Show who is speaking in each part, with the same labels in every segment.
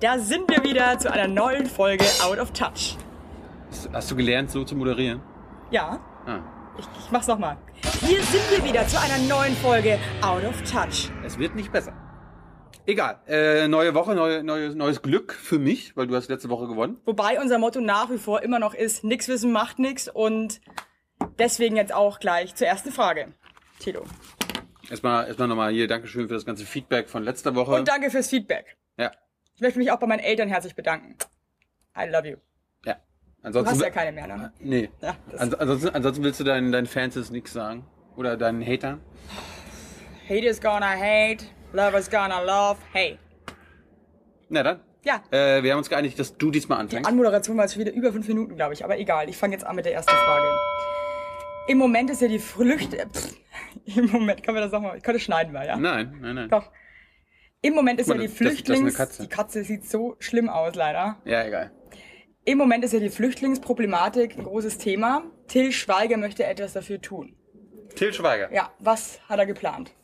Speaker 1: Da sind wir wieder zu einer neuen Folge Out of Touch.
Speaker 2: Hast- Hast du gelernt, so zu moderieren?
Speaker 1: Ja,
Speaker 2: Ah.
Speaker 1: ich, ich mach's nochmal. Hier sind wir wieder zu einer neuen Folge Out of Touch.
Speaker 2: Es wird nicht besser. Egal. Äh, neue Woche, neue, neues, neues Glück für mich, weil du hast letzte Woche gewonnen.
Speaker 1: Wobei unser Motto nach wie vor immer noch ist, nix wissen macht nix und deswegen jetzt auch gleich zur ersten Frage. Tilo.
Speaker 2: Erstmal, erstmal nochmal hier Dankeschön für das ganze Feedback von letzter Woche.
Speaker 1: Und danke fürs Feedback.
Speaker 2: ja.
Speaker 1: Ich möchte mich auch bei meinen Eltern herzlich bedanken. I love you.
Speaker 2: Ja.
Speaker 1: Du
Speaker 2: Ansonsten.
Speaker 1: hast ja keine mehr, ne?
Speaker 2: Nee.
Speaker 1: Ja, das-
Speaker 2: Ans ansonsten, ansonsten willst du deinen, deinen Fans jetzt nichts sagen. Oder deinen Hatern.
Speaker 1: Hate is gonna hate, love is gonna love, hey.
Speaker 2: Na dann.
Speaker 1: Ja.
Speaker 2: Äh, wir haben uns geeinigt, dass du diesmal anfängst.
Speaker 1: Anmoderation war jetzt wieder über fünf Minuten, glaube ich. Aber egal, ich fange jetzt an mit der ersten Frage. Im Moment ist ja die Flücht... äh, Pff, Im Moment, können wir das nochmal... Ich könnte schneiden mal, ja?
Speaker 2: nein, nein, nein.
Speaker 1: Doch. Im Moment ist
Speaker 2: Guck
Speaker 1: ja
Speaker 2: mal,
Speaker 1: die
Speaker 2: das- das ist eine
Speaker 1: Flüchtlings...
Speaker 2: Katze.
Speaker 1: Die Katze sieht so schlimm aus, leider.
Speaker 2: Ja, egal.
Speaker 1: Im Moment ist ja die Flüchtlingsproblematik ein großes Thema. Till Schweiger möchte etwas dafür tun.
Speaker 2: Till Schweiger.
Speaker 1: Ja, was hat er geplant?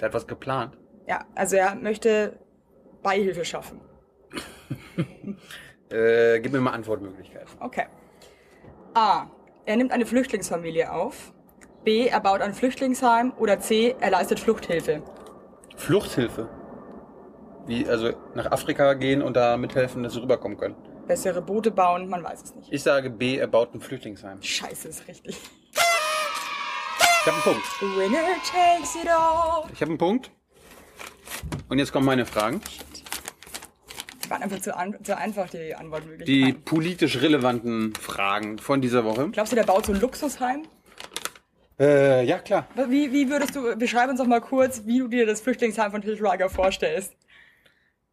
Speaker 2: Der hat was geplant.
Speaker 1: Ja, also er möchte Beihilfe schaffen.
Speaker 2: Äh, gib mir mal Antwortmöglichkeiten.
Speaker 1: Okay. A. Er nimmt eine Flüchtlingsfamilie auf. B. Er baut ein Flüchtlingsheim. Oder C. Er leistet Fluchthilfe.
Speaker 2: Fluchthilfe. Wie, also nach Afrika gehen und da mithelfen, dass sie rüberkommen können.
Speaker 1: Bessere Boote bauen, man weiß es nicht.
Speaker 2: Ich sage B, er baut ein Flüchtlingsheim. Ich
Speaker 1: Scheiße, ist richtig.
Speaker 2: habe einen Punkt.
Speaker 1: The winner takes it all.
Speaker 2: Ich habe einen Punkt. Und jetzt kommen meine Fragen,
Speaker 1: Die waren einfach zu, an zu einfach, die
Speaker 2: die
Speaker 1: Antwortmöglichkeiten.
Speaker 2: politisch relevanten Fragen von dieser Woche.
Speaker 1: Glaubst du, der baut so ein Luxusheim?
Speaker 2: Äh, ja, klar.
Speaker 1: Wie, wie würdest du, beschreib uns doch mal kurz, wie du dir das Flüchtlingsheim von Hillschlager vorstellst.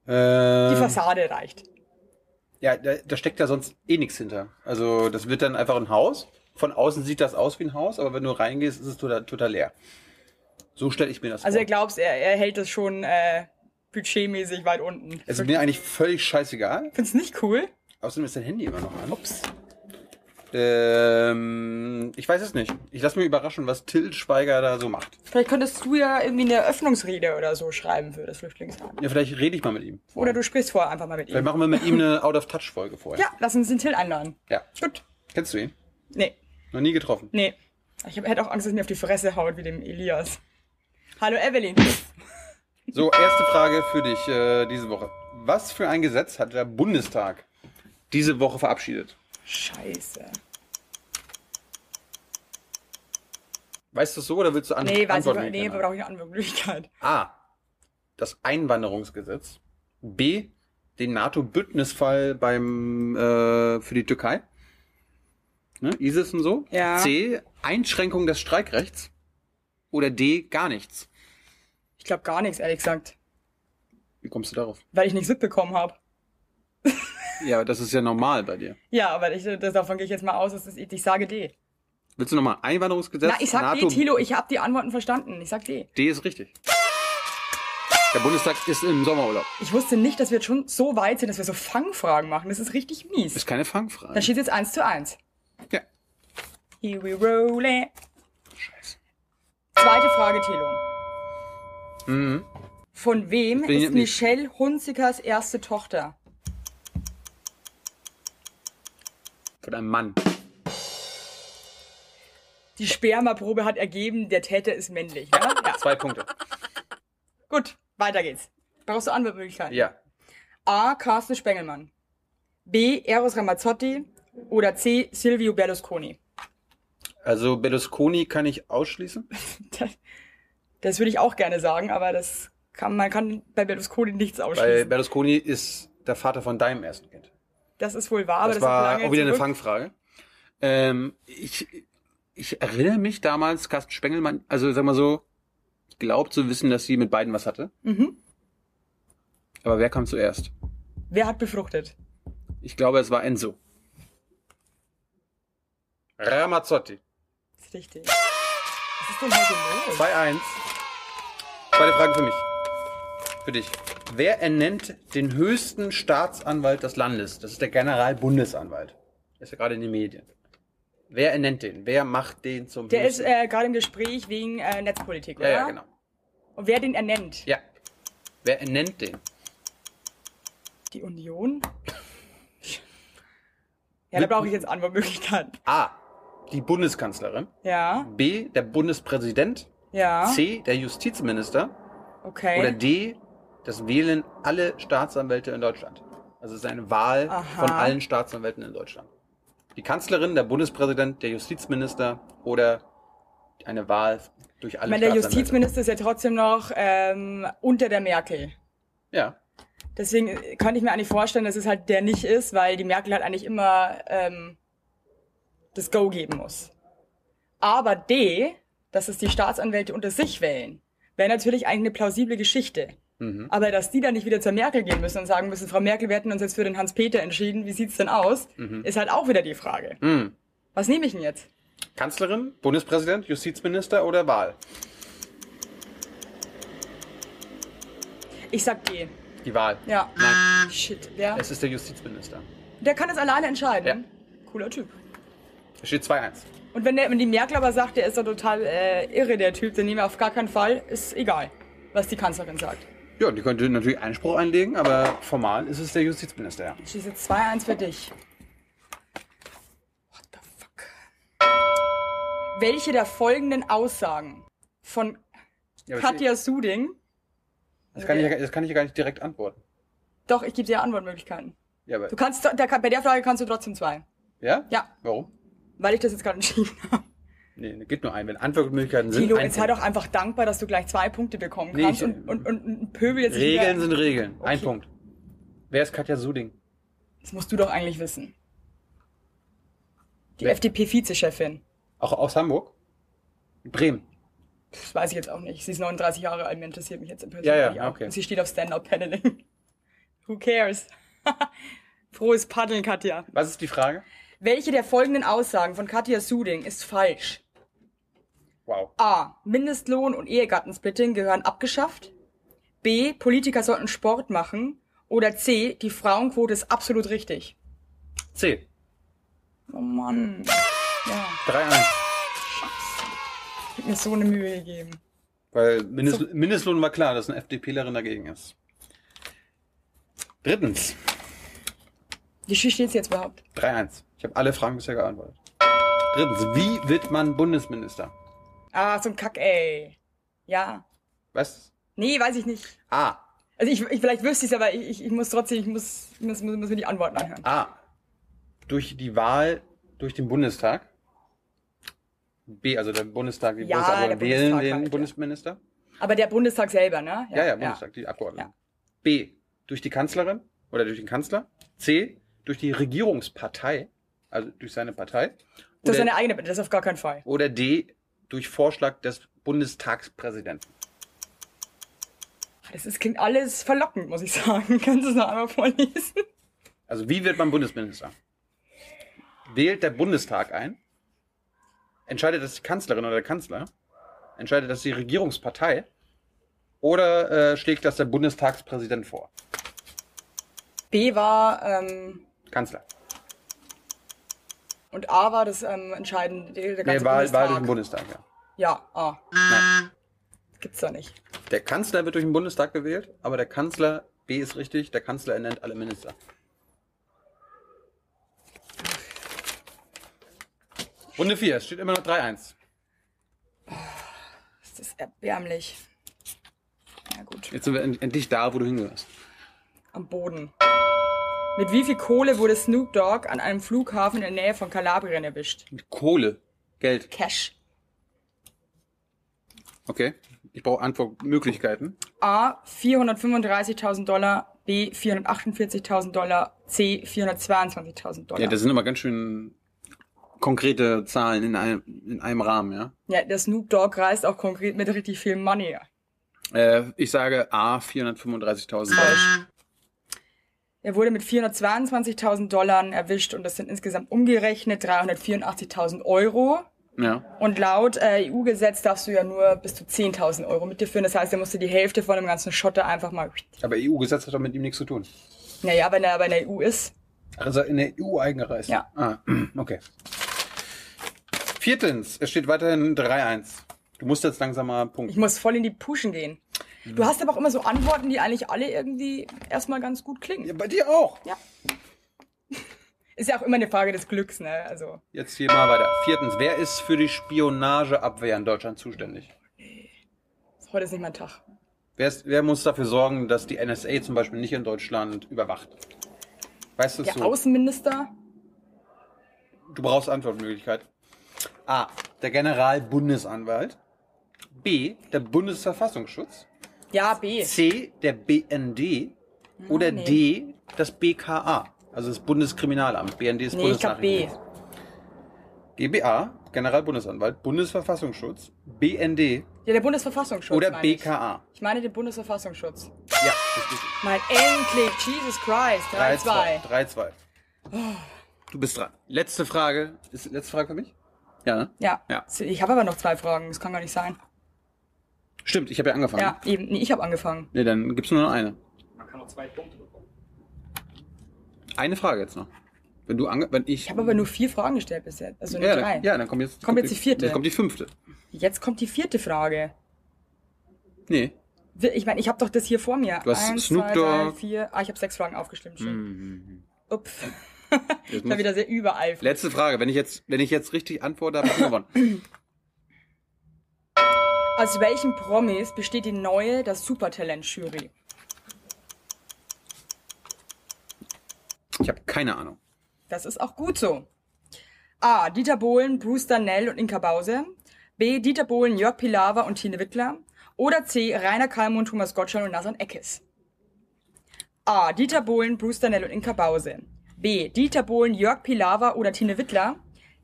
Speaker 1: Die
Speaker 2: Äh,
Speaker 1: Fassade reicht.
Speaker 2: ja, da, da steckt ja sonst eh nichts hinter. Also das wird dann einfach ein Haus. Von außen sieht das aus wie ein Haus, aber wenn du reingehst, ist es total, total leer. So stelle ich mir das
Speaker 1: Also er
Speaker 2: vor.
Speaker 1: glaubst, er, er hält das schon äh, budgetmäßig weit unten.
Speaker 2: Es ist mir eigentlich völlig scheißegal.
Speaker 1: Findest du nicht cool?
Speaker 2: Außerdem ist dein Handy immer noch an.
Speaker 1: Ups.
Speaker 2: Ähm, ich weiß es nicht. Ich lasse mir überraschen, was Till Schweiger da so macht.
Speaker 1: Vielleicht könntest du ja irgendwie eine Eröffnungsrede oder so schreiben für das Flüchtlingsheim.
Speaker 2: Ja, vielleicht rede ich mal mit ihm.
Speaker 1: Oder du sprichst vorher einfach mal mit
Speaker 2: Vielleicht
Speaker 1: ihm.
Speaker 2: machen wir mit ihm eine Out-of-Touch-Folge vorher.
Speaker 1: Ja, lass uns den Till einladen.
Speaker 2: Ja.
Speaker 1: Gut.
Speaker 2: Kennst du ihn?
Speaker 1: Nee,
Speaker 2: Noch nie getroffen.
Speaker 1: nee. Ich hab, hätte auch Angst, dass er mir auf die Fresse haut wie dem Elias. Hallo Evelyn.
Speaker 2: So, erste Frage für dich äh, diese Woche. Was für ein Gesetz hat der Bundestag diese Woche verabschiedet?
Speaker 1: Scheiße.
Speaker 2: Weißt du es so oder willst du an
Speaker 1: Nee, weiß ich,
Speaker 2: Antworten
Speaker 1: nee,
Speaker 2: gerne?
Speaker 1: brauche ich eine Antwortmöglichkeit.
Speaker 2: A. Das Einwanderungsgesetz. B. Den NATO-Bündnisfall beim äh, für die Türkei. Ne, ISIS und so.
Speaker 1: Ja.
Speaker 2: C. Einschränkung des Streikrechts. Oder D. Gar nichts.
Speaker 1: Ich glaube gar nichts, ehrlich gesagt.
Speaker 2: Wie kommst du darauf?
Speaker 1: Weil ich nichts mitbekommen habe.
Speaker 2: Ja, das ist ja normal bei dir.
Speaker 1: Ja, aber ich, das, davon gehe ich jetzt mal aus, dass das, ich sage D.
Speaker 2: Willst du nochmal Einwanderungsgesetz?
Speaker 1: Na, ich sag D, Tilo, ich habe die Antworten verstanden. Ich sag D.
Speaker 2: D ist richtig. Der Bundestag ist im Sommerurlaub.
Speaker 1: Ich wusste nicht, dass wir jetzt schon so weit sind, dass wir so Fangfragen machen. Das ist richtig mies.
Speaker 2: Ist keine
Speaker 1: Dann
Speaker 2: Fangfrage.
Speaker 1: steht jetzt 1 zu 1.
Speaker 2: Ja.
Speaker 1: Here we roll it.
Speaker 2: Scheiße.
Speaker 1: Zweite Frage, Thilo. Von wem
Speaker 2: Mhm. bin
Speaker 1: ist
Speaker 2: jetzt nicht-
Speaker 1: Michelle Hunzikers erste Tochter?
Speaker 2: Von einem Mann.
Speaker 1: Die Spermaprobe hat ergeben, der Täter ist männlich. Ja? ja.
Speaker 2: Zwei Punkte.
Speaker 1: Gut, weiter geht's. Brauchst du Antwortmöglichkeiten?
Speaker 2: Ja.
Speaker 1: A. Carsten Spengelmann. B. Eros Ramazzotti. Oder C. Silvio Berlusconi.
Speaker 2: Also Berlusconi kann ich ausschließen.
Speaker 1: Das, das würde ich auch gerne sagen, aber das kann, man kann bei Berlusconi nichts
Speaker 2: Weil
Speaker 1: ausschließen.
Speaker 2: Berlusconi ist der Vater von deinem ersten Kind.
Speaker 1: das ist wohl wahr, aber
Speaker 2: das,
Speaker 1: das, ist
Speaker 2: war
Speaker 1: lange
Speaker 2: auch wieder eine
Speaker 1: zurück.
Speaker 2: Fangfrage. Ähm, ich, ich erinnere mich damals, Carsten Spengelmann, also sag mal so, glaubt zu wissen, dass sie mit beiden was hatte.
Speaker 1: Mhm.
Speaker 2: Aber wer kam zuerst?
Speaker 1: Wer hat befruchtet?
Speaker 2: Ich glaube, es war Enzo. Ramazzotti.
Speaker 1: Das ist richtig. Was ist denn heute los?
Speaker 2: 2-1. Zweite Frage für mich. Für dich. Wer ernennt den höchsten Staatsanwalt des Landes? Das ist der Generalbundesanwalt. Der Ist ja gerade in den Medien. Wer ernennt den? Wer macht den zum
Speaker 1: Der ist
Speaker 2: höchsten?
Speaker 1: äh, gerade im Gespräch wegen äh, Netzpolitik,
Speaker 2: ja, genau.
Speaker 1: oder?
Speaker 2: ja, genau.
Speaker 1: Und wer den ernennt?
Speaker 2: Ja. Wer ernennt den?
Speaker 1: Die Union? Ja, da brauche ich jetzt Antwortmöglichkeiten.
Speaker 2: A. Die Bundeskanzlerin.
Speaker 1: Ja,
Speaker 2: B. Der Bundespräsident.
Speaker 1: ja,
Speaker 2: C. Der Justizminister. Oder
Speaker 1: okay.
Speaker 2: D, das wählen alle Staatsanwälte in Deutschland. Also es ist eine Wahl
Speaker 1: Aha.
Speaker 2: von allen Staatsanwälten in Deutschland. Die Kanzlerin, der Bundespräsident, der Justizminister oder eine Wahl durch alle
Speaker 1: Ich meine, der
Speaker 2: Staatsanwälte.
Speaker 1: Justizminister ist ja trotzdem noch ähm, unter der Merkel.
Speaker 2: Ja,
Speaker 1: Deswegen könnte ich mir eigentlich vorstellen, dass es halt der nicht ist, weil die Merkel halt eigentlich immer ähm, das Go geben muss. Aber D, dass es die Staatsanwälte unter sich wählen, wäre natürlich eigentlich eine plausible Geschichte.
Speaker 2: mhm.
Speaker 1: Aber dass die dann nicht wieder zur Merkel gehen müssen und sagen müssen, Frau Merkel, wir hätten uns jetzt für den Hans-Peter entschieden, wie sieht's denn aus?
Speaker 2: Mhm.
Speaker 1: Ist halt auch wieder die Frage.
Speaker 2: Hm.
Speaker 1: Was nehme ich denn jetzt?
Speaker 2: Kanzlerin, Bundespräsident, Justizminister oder Wahl?
Speaker 1: Ich sag D.
Speaker 2: Die Wahl.
Speaker 1: Ja.
Speaker 2: Nein,
Speaker 1: Shit, wer?
Speaker 2: es ist der Justizminister.
Speaker 1: Der kann das alleine entscheiden. Cooler Typ.
Speaker 2: Es steht 2-1.
Speaker 1: Und wenn, der, wenn die Merkel aber sagt, der ist doch total äh, irre, der Typ, den nehmen wir auf gar keinen Fall, ist egal, was die Kanzlerin sagt.
Speaker 2: Ja, die könnte natürlich Einspruch einlegen, aber formal ist es der Justizminister, ja.
Speaker 1: Ich schieße 2-1 für dich. What the fuck? Welche der folgenden Aussagen von
Speaker 2: ja aber
Speaker 1: Katja Suding?
Speaker 2: das, kann ich, ja- das kann ich ja gar nicht direkt antworten.
Speaker 1: Doch, ich gebe dir Antwortmöglichkeiten.
Speaker 2: Ja, aber,
Speaker 1: Du kannst, da, bei der Frage kannst du trotzdem zwei.
Speaker 2: ja?
Speaker 1: Ja,
Speaker 2: Warum?
Speaker 1: weil ich das jetzt gerade entschieden habe.
Speaker 2: Nee, da geht nur ein. Wenn Antwortmöglichkeiten sind,
Speaker 1: Tilo,
Speaker 2: ein
Speaker 1: jetzt sei
Speaker 2: Punkt.
Speaker 1: doch einfach dankbar, dass du gleich zwei Punkte bekommen
Speaker 2: Nee,
Speaker 1: kannst
Speaker 2: ich-
Speaker 1: und, und, und, und Pöbel jetzt nicht
Speaker 2: Regeln
Speaker 1: mehr.
Speaker 2: sind Regeln. Ein
Speaker 1: Okay.
Speaker 2: Punkt. Wer ist Katja Suding?
Speaker 1: Das musst du doch eigentlich wissen. Die
Speaker 2: Wer?
Speaker 1: FDP-Vizechefin.
Speaker 2: Auch aus Hamburg? Bremen.
Speaker 1: Das weiß ich jetzt auch nicht. Sie ist 39 Jahre alt, mir interessiert mich jetzt im
Speaker 2: Ja, ja,
Speaker 1: Persönlichen auch.
Speaker 2: okay.
Speaker 1: Und sie steht auf Stand-Up-Paneling. Who cares? Frohes Paddeln, Katja.
Speaker 2: Was ist die Frage?
Speaker 1: Welche der folgenden Aussagen von Katja Suding ist falsch?
Speaker 2: Wow.
Speaker 1: A. Mindestlohn und Ehegattensplitting gehören abgeschafft. B. Politiker sollten Sport machen. Oder C. Die Frauenquote ist absolut richtig.
Speaker 2: C.
Speaker 1: Oh Mann. Ja,
Speaker 2: 3-1.
Speaker 1: ich hab mir so eine Mühe gegeben.
Speaker 2: Weil Mindest Mindestlohn war klar, dass eine FDPlerin dagegen ist. Drittens.
Speaker 1: Wie viel steht's jetzt überhaupt?
Speaker 2: 3-1. Ich habe alle Fragen bisher geantwortet. Drittens. Wie wird man Bundesminister?
Speaker 1: Ah, so ein Kack, ey. Ja.
Speaker 2: Was?
Speaker 1: Nee, weiß ich nicht.
Speaker 2: A.
Speaker 1: Also ich, ich vielleicht wüsste ich's, aber ich, ich, ich muss trotzdem, ich muss, muss, muss, muss mir die Antworten anhören.
Speaker 2: A. Ah, Durch die Wahl durch den Bundestag. B. Also der Bundestag, die
Speaker 1: Ja, der
Speaker 2: Bundesabgeordneten wählen
Speaker 1: Bundestag
Speaker 2: den
Speaker 1: halt, ja.
Speaker 2: Bundesminister.
Speaker 1: Aber der Bundestag selber, ne?
Speaker 2: Ja, ja, Bundestag, die Abgeordneten.
Speaker 1: Ja.
Speaker 2: B. Durch die Kanzlerin oder durch den Kanzler. C. Durch die Regierungspartei, also durch seine Partei.
Speaker 1: Das ist
Speaker 2: Oder,
Speaker 1: seine eigene Bitte, das auf gar keinen Fall.
Speaker 2: oder D. Durch Vorschlag des Bundestagspräsidenten.
Speaker 1: Das ist, klingt alles verlockend, muss ich sagen. Kannst du es noch einmal vorlesen?
Speaker 2: Also wie wird man Bundesminister? Wählt der Bundestag ein? Entscheidet das die Kanzlerin oder der Kanzler? Entscheidet das die Regierungspartei? Oder äh, schlägt das der Bundestagspräsident vor?
Speaker 1: B war, ähm,
Speaker 2: Kanzler.
Speaker 1: Und A war das ähm, entscheidende, der der ganze
Speaker 2: Nee, Wahl, Wahl
Speaker 1: Bundestag.
Speaker 2: durch den Bundestag, ja.
Speaker 1: ja, A.
Speaker 2: Nein.
Speaker 1: Gibt's da nicht.
Speaker 2: Der Kanzler wird durch den Bundestag gewählt, aber der Kanzler, B ist richtig, der Kanzler ernennt alle Minister. Runde 4, es steht immer noch 3-1.
Speaker 1: Das ist erbärmlich. Na gut.
Speaker 2: Jetzt sind wir en- endlich da, wo du hingehörst.
Speaker 1: Am Boden. Mit wie viel Kohle wurde Snoop Dogg an einem Flughafen in der Nähe von Kalabrien erwischt?
Speaker 2: Mit Kohle. Geld.
Speaker 1: Cash.
Speaker 2: Okay. Ich brauche Antwortmöglichkeiten.
Speaker 1: A. 435.000 Dollar. B. 448.000 Dollar. C. 422.000 Dollar.
Speaker 2: Ja, das sind immer ganz schön konkrete Zahlen in einem, in einem Rahmen, ja.
Speaker 1: ja, der Snoop Dogg reist auch konkret mit richtig viel Money.
Speaker 2: Äh, ich sage A, 435.000 Euro.
Speaker 1: Er wurde mit 422.000 Dollar erwischt und das sind insgesamt umgerechnet 384.000 Euro.
Speaker 2: Ja.
Speaker 1: Und laut äh, EU-Gesetz darfst du ja nur bis zu 10.000 Euro mit dir führen. Das heißt, er musste die Hälfte von dem ganzen Schotter einfach mal.
Speaker 2: Aber EU-Gesetz hat doch mit ihm nichts zu tun.
Speaker 1: Naja, wenn er aber in der EU ist.
Speaker 2: Also in der EU eingereist.
Speaker 1: Ja.
Speaker 2: Ah, okay. Viertens, es steht weiterhin 3-1. Du musst jetzt langsam mal
Speaker 1: Ich
Speaker 2: punkten.
Speaker 1: muss voll in die Puschen gehen. Du hast aber auch immer so Antworten, die eigentlich alle irgendwie erstmal ganz gut klingen.
Speaker 2: Ja, bei dir auch.
Speaker 1: Ist ja auch immer eine Frage des Glücks, ne? Also,
Speaker 2: Jetzt hier mal weiter. Viertens, wer ist für die Spionageabwehr in Deutschland zuständig?
Speaker 1: heute ist nicht mein Tag.
Speaker 2: Wer, ist, wer muss dafür sorgen, dass die NSA zum Beispiel nicht in Deutschland überwacht? Weißt du es
Speaker 1: Der
Speaker 2: so?
Speaker 1: Außenminister?
Speaker 2: Du brauchst Antwortmöglichkeit. A. Der Generalbundesanwalt. B. Der Bundesverfassungsschutz.
Speaker 1: Ja, B.
Speaker 2: C. Der BND. Oder
Speaker 1: nee.
Speaker 2: D. Das BKA. Also das Bundeskriminalamt. BND ist
Speaker 1: Nee, ich glaub B.
Speaker 2: Bundesnachrichtendienst. GBA, Generalbundesanwalt, Bundesverfassungsschutz, BND
Speaker 1: Ja, der Bundesverfassungsschutz.
Speaker 2: oder
Speaker 1: meine ich.
Speaker 2: BKA.
Speaker 1: Ich meine den Bundesverfassungsschutz.
Speaker 2: Ja, das ist
Speaker 1: Mein endlich, Jesus Christ, 3-2.
Speaker 2: 3-2. Du bist dran. Letzte Frage. Ist letzte Frage für mich? Ja, ne?
Speaker 1: Ja.
Speaker 2: Ja.
Speaker 1: Ich habe aber noch zwei Fragen, das kann gar nicht sein.
Speaker 2: Stimmt, ich habe ja angefangen.
Speaker 1: Ja, eben. Nee, ich habe angefangen.
Speaker 2: Nee, dann gibt's nur noch eine.
Speaker 3: Man kann auch zwei Punkte bekommen.
Speaker 2: Eine Frage jetzt noch. Wenn du ange wenn ich,
Speaker 1: Ich habe aber nur vier Fragen gestellt bis jetzt. Also nur
Speaker 2: ja,
Speaker 1: drei.
Speaker 2: dann, ja, dann kommt jetzt
Speaker 1: Kommt jetzt die vierte.
Speaker 2: Jetzt kommt die fünfte.
Speaker 1: Jetzt kommt die vierte Frage.
Speaker 2: Nee.
Speaker 1: Ich meine, ich habe doch das hier vor mir.
Speaker 2: Du hast
Speaker 1: Eins,
Speaker 2: Snoop
Speaker 1: zwei, drei,
Speaker 2: Dogg. Mhm,
Speaker 1: vier. Ah, ich habe sechs Fragen aufgestimmt schon. Ups.
Speaker 2: Jetzt
Speaker 1: Ich war
Speaker 2: muss,
Speaker 1: wieder sehr übereifrig.
Speaker 2: letzte Frage, wenn ich jetzt wenn ich jetzt richtig antworte, habe ich gewonnen.
Speaker 1: Aus welchen Promis besteht die neue, das Supertalent-Jury?
Speaker 2: Ich habe keine Ahnung.
Speaker 1: Das ist auch gut so. A. Dieter Bohlen, Bruce Danell und Inka Bause. B. Dieter Bohlen, Jörg Pilawa und Tine Wittler. Oder C. Rainer Kalmund, Thomas Gottschall und Nasan Eckes. A. Dieter Bohlen, Bruce Danell und Inka Bause. B. Dieter Bohlen, Jörg Pilawa oder Tine Wittler.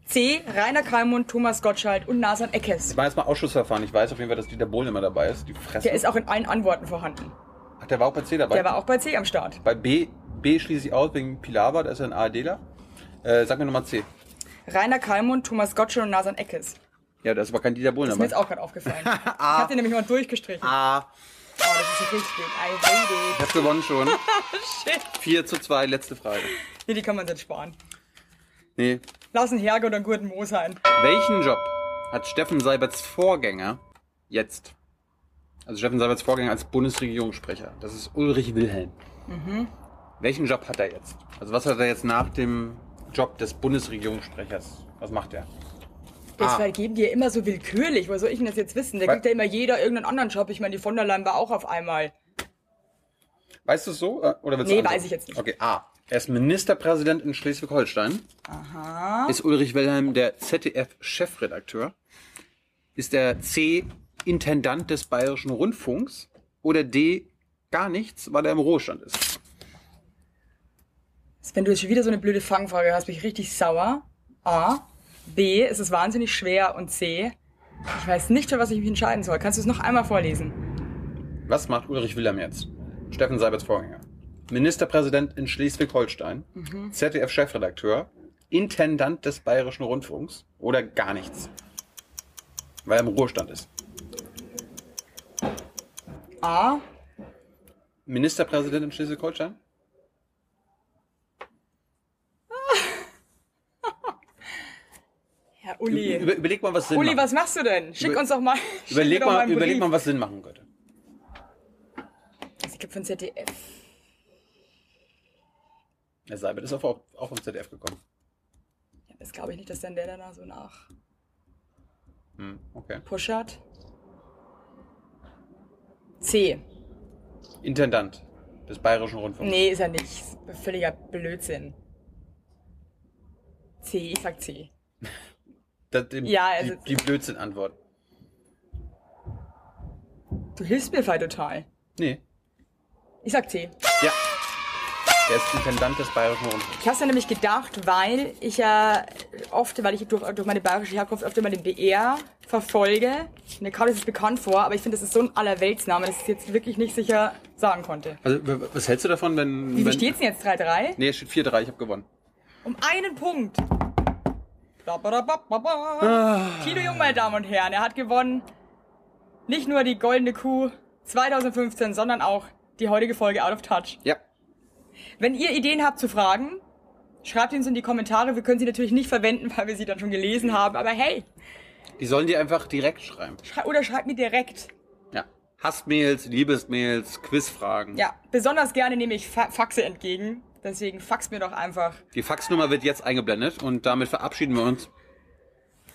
Speaker 1: C. Rainer Kalmund, Thomas Gottschalk und Nasan Eckes.
Speaker 2: Ich war jetzt mal Ausschussverfahren. Ich weiß auf jeden Fall, dass Dieter Bohlen immer dabei ist. Die Fresse.
Speaker 1: Der ist auch in allen Antworten vorhanden.
Speaker 2: Ach, der war auch bei C dabei.
Speaker 1: Der war auch bei C am Start.
Speaker 2: Bei B, B schließe ich aus wegen Pilawa, da ist er ein ARDler. Äh, sag mir nochmal C.
Speaker 1: Rainer Kalmund, Thomas Gottschall und Nasan Eckes.
Speaker 2: Ja, da ist aber kein Dieter Bohlen
Speaker 1: Ist mir jetzt
Speaker 2: dabei.
Speaker 1: auch gerade aufgefallen. Ich hab den nämlich mal durchgestrichen.
Speaker 2: Ah,
Speaker 1: Oh, das ist richtig gut. I
Speaker 2: ich hab gewonnen schon.
Speaker 1: Shit.
Speaker 2: 4 zu 2, letzte Frage.
Speaker 1: Nee, die kann man sich sparen.
Speaker 2: Nee.
Speaker 1: Lass einen Herge oder einen guten Mo sein.
Speaker 2: Welchen Job hat Steffen Seiberts Vorgänger jetzt? Also Steffen Seiberts Vorgänger als Bundesregierungssprecher. Das ist Ulrich Wilhelm.
Speaker 1: Mhm.
Speaker 2: Welchen Job hat er jetzt? Also was hat er jetzt nach dem Job des Bundesregierungssprechers? Was macht er?
Speaker 1: Das
Speaker 2: Ah.
Speaker 1: vergeben die ja immer so willkürlich. Woher soll ich denn das jetzt wissen? Da
Speaker 2: Was?
Speaker 1: kriegt ja immer jeder irgendeinen anderen Job. Ich meine, die von der Leyen war auch auf einmal.
Speaker 2: Weißt du es so? äh, Oder willst du
Speaker 1: Nee,
Speaker 2: antworten?
Speaker 1: weiß ich jetzt nicht.
Speaker 2: Okay, A. Er ist Ministerpräsident in Schleswig-Holstein. Aha. Ist Ulrich Wilhelm der ZDF-Chefredakteur? Ist er C. Intendant des Bayerischen Rundfunks? Oder D. Gar nichts, weil er im Ruhestand ist?
Speaker 1: Also Wenn du jetzt schon wieder so eine blöde Fangfrage hast, bin ich richtig sauer. A. B. Es ist wahnsinnig schwer. Und C. Ich weiß nicht, für was ich mich entscheiden soll. Kannst du es noch einmal vorlesen?
Speaker 2: Was macht Ulrich Wilhelm jetzt? Steffen Seiberts Vorgänger. Ministerpräsident in Schleswig-Holstein.
Speaker 1: Mhm.
Speaker 2: ZDF-Chefredakteur. Intendant des Bayerischen Rundfunks. Oder gar nichts, weil er im Ruhestand ist.
Speaker 1: A.
Speaker 2: Ministerpräsident in Schleswig-Holstein?
Speaker 1: Herr
Speaker 2: Über,
Speaker 1: Uli.
Speaker 2: überleg mal, was Sinn
Speaker 1: Uli,
Speaker 2: macht.
Speaker 1: was machst du denn? Schick
Speaker 2: Über-
Speaker 1: uns doch mal. schick
Speaker 2: überleg
Speaker 1: mir doch
Speaker 2: mal,
Speaker 1: einen
Speaker 2: überleg
Speaker 1: Brief.
Speaker 2: mal, was Sinn machen könnte.
Speaker 1: Es gibt von ZDF.
Speaker 2: Herr Seibert ist auch, auch vom ZDF gekommen.
Speaker 1: Ja, Das glaube ich nicht, dass dann der danach so nach
Speaker 2: Hm, okay.
Speaker 1: pushert. C.
Speaker 2: Intendant des Bayerischen Rundfunks.
Speaker 1: Nee, ist er nicht. Völliger Blödsinn. C, ich sag C.
Speaker 2: Das, dem,
Speaker 1: Ja, also-
Speaker 2: die, die Blödsinn-Antwort.
Speaker 1: Du hilfst mir frei total.
Speaker 2: Nee.
Speaker 1: Ich sag C.
Speaker 2: Ja. Er ist Intendant des Bayerischen Rundfunks.
Speaker 1: Ich hab's ja nämlich gedacht, weil ich ja oft, weil ich durch, durch meine bayerische Herkunft öfter mal den BR verfolge. Mir kam das jetzt bekannt vor, aber ich finde, das ist so ein Allerweltsname, dass ich es jetzt wirklich nicht sicher sagen konnte.
Speaker 2: Also, w- w- was hältst du davon, wenn.
Speaker 1: Wie viel
Speaker 2: wenn-
Speaker 1: steht's denn jetzt? 3-3?
Speaker 2: Nee, es steht 4-3, ich habe gewonnen.
Speaker 1: Um einen Punkt. Ba, ba, da, ba, ba, ba. Tino Jung, meine Damen und Herren, er hat gewonnen. Nicht nur die goldene Kuh 2015, sondern auch die heutige Folge Out of Touch.
Speaker 2: Ja.
Speaker 1: Wenn ihr Ideen habt zu Fragen, schreibt uns in die Kommentare. Wir können sie natürlich nicht verwenden, weil wir sie dann schon gelesen haben. Aber hey,
Speaker 2: Die sollen dir einfach direkt schreiben.
Speaker 1: schrei oder schreibt mir direkt.
Speaker 2: Ja. Hassmails, Liebesmails, Quizfragen.
Speaker 1: Ja, besonders gerne nehme ich Fa Faxe entgegen. Deswegen fax mir doch einfach.
Speaker 2: Die Faxnummer wird jetzt eingeblendet und damit verabschieden wir uns.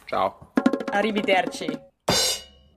Speaker 2: Ciao.
Speaker 1: Arrivederci.